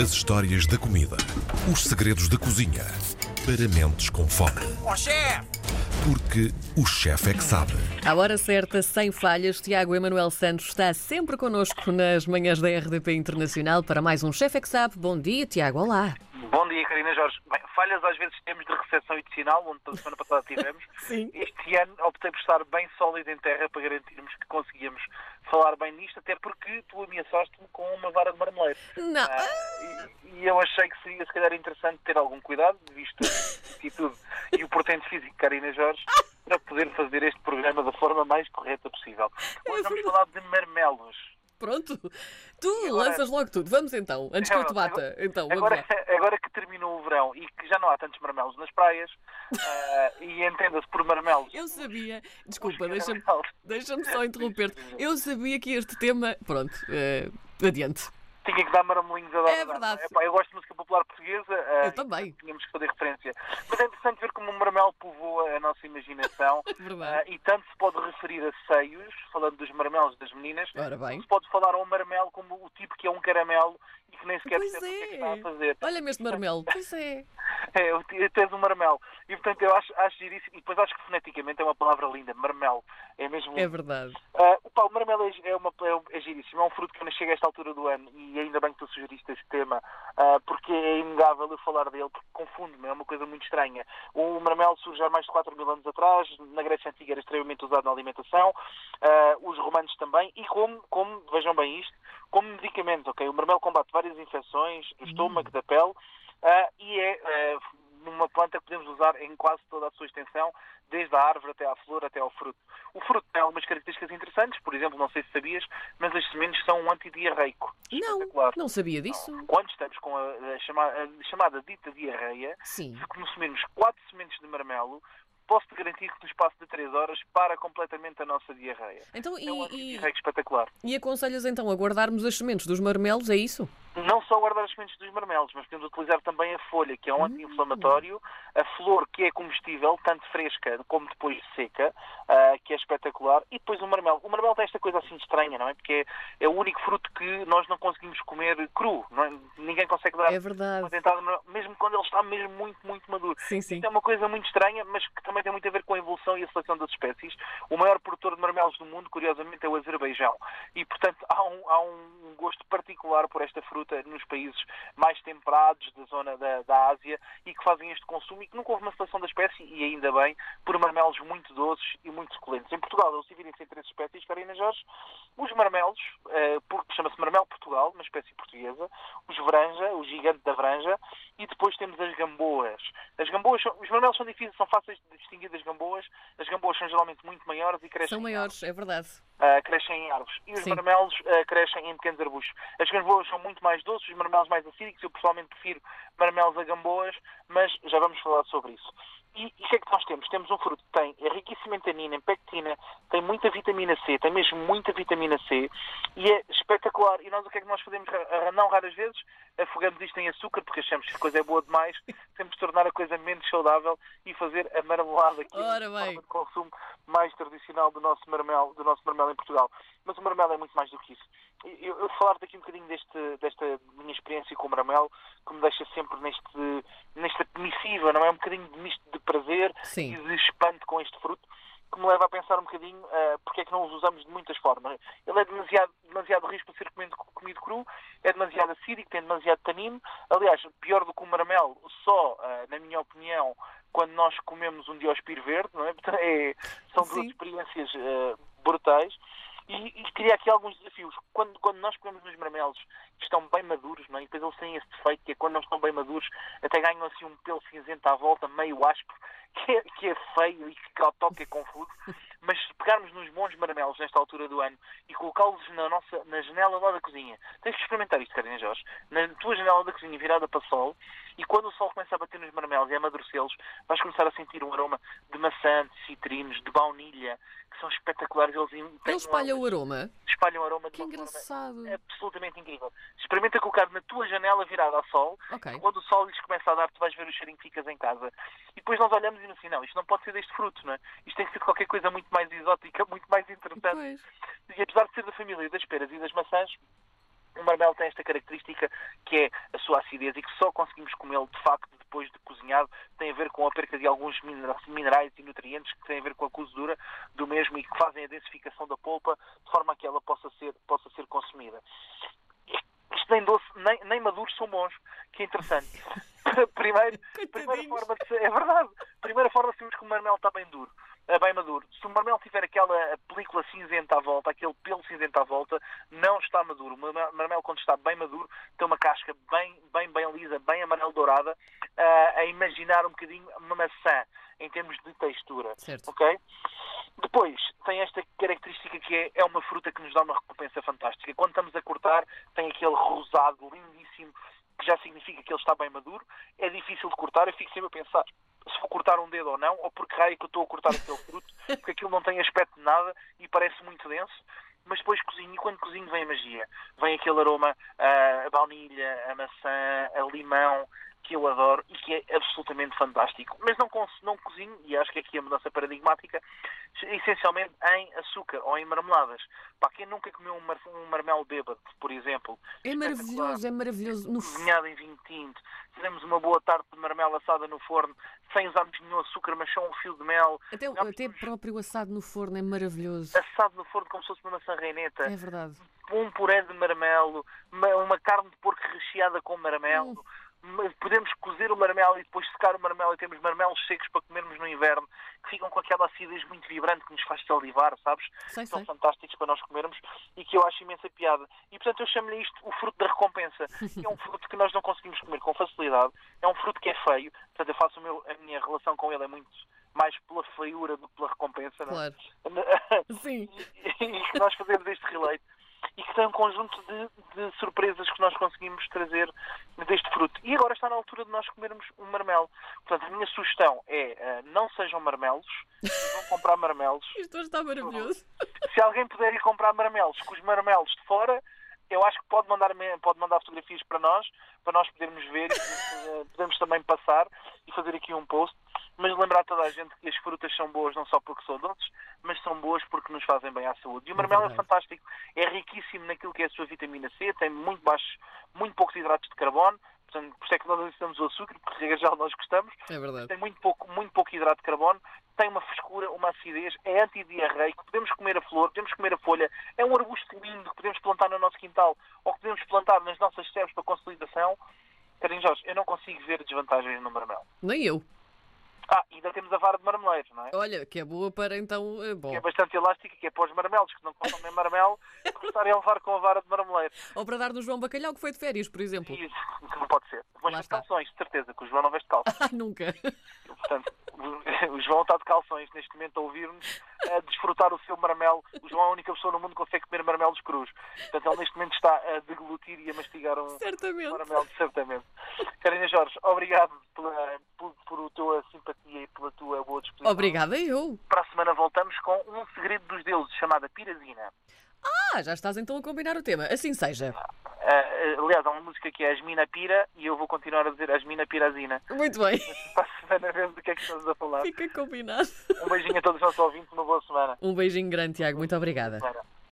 As histórias da comida. Os segredos da cozinha. Para mentes com fome. Ó chefe! Porque o chefe é que sabe. À hora certa, sem falhas, Tiago Emanuel Santos está sempre connosco nas manhãs da RDP Internacional para mais um Chefe é que Sabe. Bom dia, Tiago. Olá. Bom dia, Karina Jorge. Bem, falhas às vezes temos de recepção e de sinal, onde a semana passada tivemos. Sim. Este ano optei por estar bem sólido em terra para garantirmos que conseguíamos falar bem nisto, até porque tu ameaçaste-me com uma vara de marmeleiro. Não. Ah, e, e eu achei que seria, se calhar, interessante ter algum cuidado, visto a atitude e o portento físico de Karina Jorge, para poder fazer este programa da forma mais correta possível. Hoje vamos falar de marmelos. Pronto. Tu agora- lanças logo tudo. Vamos então, antes que eu te bata. Então, vamos É, agora, lá. agora que terminou o verão e que já não há tantos marmelos nas praias, ah, e entenda-se por marmelos. Eu sabia. Desculpa, Os deixa-me marmelos. deixa só interromper-te. Eu sabia que este tema. Pronto, eh, adiante. Tinha que dar maramelinhos a dar. É verdade. Epá, eu gosto de música popular portuguesa. ah, Eu também. Tínhamos que fazer referência. Mas é interessante ver como o marmelo povoa a nossa imaginação. Verdade. ah, e tanto se pode referir a seios, falando dos marmelos das meninas, Ora bem. como se pode falar a um marmelo como o tipo que é um caramelo e que nem sequer Pois sabe o que é que é. está a fazer. Olha-me este marmelo. Pois é. É, eu te- tens um marmelo. E portanto eu acho, acho giríssimo. E depois acho que foneticamente é uma palavra linda, marmelo. É mesmo. É verdade. Ah, pá, o marmelo é, gi- é, uma, é, um- é giríssimo. É um fruto que não chega a esta altura do ano e ainda bem que tu sugeriste este tema, ah, porque é inegável eu falar dele, porque confunde-me, é uma coisa muito estranha. O marmelo surge há mais de 4 mil anos atrás, na Grécia Antiga era extremamente usado na alimentação, ah, os romanos também, e como, como, vejam bem isto, como medicamento, ok? O marmelo combate várias infecções do estômago, da pele, ah, e é ah, uma planta que podemos usar em quase toda a sua extensão, desde a árvore até à flor, até ao fruto. O fruto tem algumas características interessantes, por exemplo, não sei se sabias, mas as sementes são um antidiarreico. Não, Espetacular. não sabia disso. Quando estamos com a, a chama- a chamada dita diarreia, Sim. se consumirmos quatro sementes de marmelo, posso-te garantir que no espaço de três horas para completamente a nossa diarreia. Então, e, É um e, antidiarreico espetacular. e aconselhas então a guardarmos as sementes dos marmelos, é isso? não só guardar as sementes dos marmelos, mas podemos utilizar também a folha, que é um anti-inflamatório, a flor, que é comestível, tanto fresca como depois seca, ah, que é espetacular, e depois o marmelo. O marmelo tem esta coisa assim estranha, não é? Porque é, é o único fruto que nós não conseguimos comer cru, não é? ninguém consegue dar É verdade. uma dentada, no marmelo, mesmo quando ele está mesmo muito, muito maduro. Sim, sim. então, Isto é uma coisa muito estranha, mas que também tem muito a ver com a evolução e a seleção das espécies. O maior produtor de marmelos do mundo, curiosamente, é o Azerbaijão. E, portanto, há um, há um gosto particular por esta fruta nos países mais temperados da zona da, da Ásia e que fazem este consumo e que nunca houve uma seleção da espécie, e ainda bem, por marmelos muito doces e muito suculentos. Em Portugal, eles dividem-se em três espécies, Karina Jorge. Os marmelos, eh, porque chama-se marmelo Portugal, uma espécie portuguesa, os vranja, o gigante da vranja, e depois temos as gamboas. As gamboas são- os marmelos são difíceis, são fáceis de distinguir das gamboas. As gamboas são geralmente muito maiores e crescem São em maiores, é verdade. ah, crescem em árvores. E os Sim. marmelos ah, crescem em pequenos arbustos. As gamboas são muito mais doces, os marmelos mais acídicos. Eu pessoalmente prefiro marmelos a gamboas, mas já vamos falar sobre isso. E e o que é que nós temos? Temos um fruto que tem, é riquíssimo em tanina, em pectina, tem muita vitamina C, tem mesmo muita vitamina C e é espetacular. E nós o que é que nós fazemos? Ra- ra- Não raras vezes afogamos isto em açúcar porque achamos que a coisa é boa demais, temos de tornar a coisa menos saudável e fazer a marmelada que é Ora uma bem. forma de consumo mais tradicional do nosso marmelo, do nosso marmelo em Portugal. Mas o marmelo é muito mais do que isso. E Eu, eu falar-te aqui um bocadinho deste, desta minha experiência com o marmelo, que me deixa sempre neste, nesta missiva, não é? Um bocadinho de misto de prazer Sim. e de espanto com este fruto, que me leva a pensar um bocadinho ah, porque é que não os usamos de muitas formas. Ele é demasiado, demasiado risco de ser comido, comido cru, é demasiado acídico, tem demasiado tanino. Aliás, pior do que o marmelo, só, ah, na minha opinião, quando nós comemos um diospiro verde, não é? Portanto, é- são duas Sim. experiências ah, brutais. E, e queria aqui alguns desafios. Quando, quando nós pegamos nos marmelos que estão bem maduros, não é? e depois eles têm esse defeito, que é quando não estão bem maduros, até ganham assim um pelo cinzento à volta, meio áspero, que é, que é feio e que ao toque é confuso. Mas se pegarmos nos bons marmelos nesta altura do ano e colocá-los na, nossa, na janela lá da cozinha, tens de experimentar isto, Karina Jorge, na tua janela da cozinha virada para sol, e quando o sol começa a bater nos marmelos e a amadurecê-los, vais começar a sentir um aroma de maçã, de citrinos, de baunilha, que são espetaculares. Eles, im- têm um Ele espalha aroma- o aroma. espalham um aroma de Que uma forma é engraçado. absolutamente incrível. Experimenta colocar na tua janela virada ao sol. Ok. Quando o sol lhes começa a dar, tu vais ver o cheirinho que ficas em casa. E depois nós olhamos e dizemos assim, não, isto não pode ser deste fruto, não é? Isto tem que ser de qualquer coisa muito mais exótica, muito mais interessante. Pois. E apesar de ser da família das peras e das maçãs, o marmelo tem esta característica que é a sua acidez e que só conseguimos comê-lo de facto depois de cozinhado. Tem a ver com a perca de alguns minerais e nutrientes que têm a ver com a cozedura do mesmo e que fazem a densificação da polpa de forma que ela possa ser, possa ser consumida. Isto nem doce, nem, nem maduro são bons. Que interessante. primeiro, primeira forma de ser, é verdade. Primeira forma de sabermos que o marmelo está bem duro é bem maduro. Se o marmelo tiver aquela película cinzenta à volta, aquele pelo cinzento à volta, não está maduro. O marmelo, quando está bem maduro, tem uma casca bem, bem, bem lisa, bem amarelo dourada, uh, a imaginar um bocadinho uma maçã em termos de textura. Certo. Ok? Depois, tem esta característica que é, é uma fruta que nos dá uma recompensa fantástica. Quando estamos a cortar, tem aquele rosado lindíssimo que já significa que ele está bem maduro. É difícil de cortar, eu fico sempre a pensar se vou cortar um dedo ou não, ou porque raio que eu estou a cortar aquele fruto, porque aquilo não tem aspecto de nada e parece muito denso, mas depois cozinho e quando cozinho vem a magia. Vem aquele aroma ah, a baunilha, a maçã, a limão, que eu adoro e que é absolutamente fantástico. Mas não, cons- não cozinho, e acho que aqui é a mudança paradigmática, essencialmente em açúcar ou em marmeladas. Para quem nunca comeu um, mar- um marmelo bêbado, por exemplo, É maravilhoso, é maravilhoso. No f- cozinhado em vinho tinto, fizemos uma boa tarte de marmelo assada no forno, sem usarmos nenhum açúcar, mas só um fio de mel, até, o- Já até percebes? próprio assado no forno é maravilhoso. assado no forno como se fosse uma maçã reineta, É verdade. um puré de marmelo, uma, uma carne de porco recheada com marmelo. Hum. Ma- Podemos cozer o marmelo e depois secar o marmelo e temos marmelos secos para comermos no inverno, que ficam com aquela acidez muito vibrante que nos faz salivar, sabes? Sei, são sei. fantásticos para nós comermos e que eu acho imensa piada. E portanto eu chamo-lhe isto o fruto da recompensa. que É um fruto que nós não conseguimos comer com facilidade, é um fruto que é feio, portanto eu faço o meu- a minha relação com ele é muito mais pela feiura do que pela recompensa. não é? Claro. Sim. e que nós fazemos este relate e que tem um conjunto de, de surpresas que nós conseguimos trazer deste fruto. E agora está na altura de nós comermos um marmelo. Portanto, a minha sugestão é eh, não sejam marmelos, vão comprar marmelos. Isto hoje está maravilhoso. Se alguém puder ir comprar marmelos com os marmelos de fora, eu acho que pode mandar, me- pode mandar fotografias para nós, para nós podermos ver, eh, podemos também passar e fazer aqui um post. Mas lembrar toda a gente que as frutas são boas não só porque são doces, mas são boas porque nos fazem bem à saúde. E o marmelo é verdade. fantástico, é riquíssimo naquilo que é a sua vitamina C, tem muito, baixos, muito poucos hidratos de carbono, portanto, por isso é que nós necessitamos o açúcar, porque regra geral nós gostamos, É verdade. tem muito pouco, muito pouco hidrato de carbono, tem uma frescura, uma acidez, é antidiarreico, podemos comer a flor, podemos comer a folha, é um arbusto lindo que podemos plantar no nosso quintal ou que podemos plantar nas nossas servas para consolidação. Carinho Jorge, eu não consigo ver desvantagens no marmelo. Nem eu. Ah, e ainda temos a vara de marmeleiro, não é? Olha, que é boa para então. eh, Bom. Que é bastante elástica, que é para os marmelos, que não consomem marmelo, começarem a levar com a vara de marmeleiro. Ou para dar no João Bacalhau que foi de férias, por exemplo. E isso que não pode ser. Lá Mas com está. calções, de certeza, que o João não veste calças. Ai, nunca. Portanto, o- o João está de calções neste momento a ouvir-nos, a desfrutar o seu marmelo. O João é a única pessoa no mundo que consegue comer marmelos crus. Portanto, ele neste momento está a deglutir e a mastigar um Certamente. marmelo, certamente. Carina Jorge, obrigado pela, por, por tua simpatia e pela tua boa disposição. Obrigada, eu. Para a semana voltamos com um segredo dos deuses, chamada Pirazina. Ah, já estás então a combinar o tema. Assim seja. Ah, ah, aliás, há uma música que é Asmina Pira e eu vou continuar a dizer Asmina Pirazina. Muito bem. Para a semana vemos do que é que estamos a falar. Fica combinado. Um beijinho a todos os nossos ouvintes, uma boa semana. Um beijinho grande, Tiago. Muito obrigada. Semana.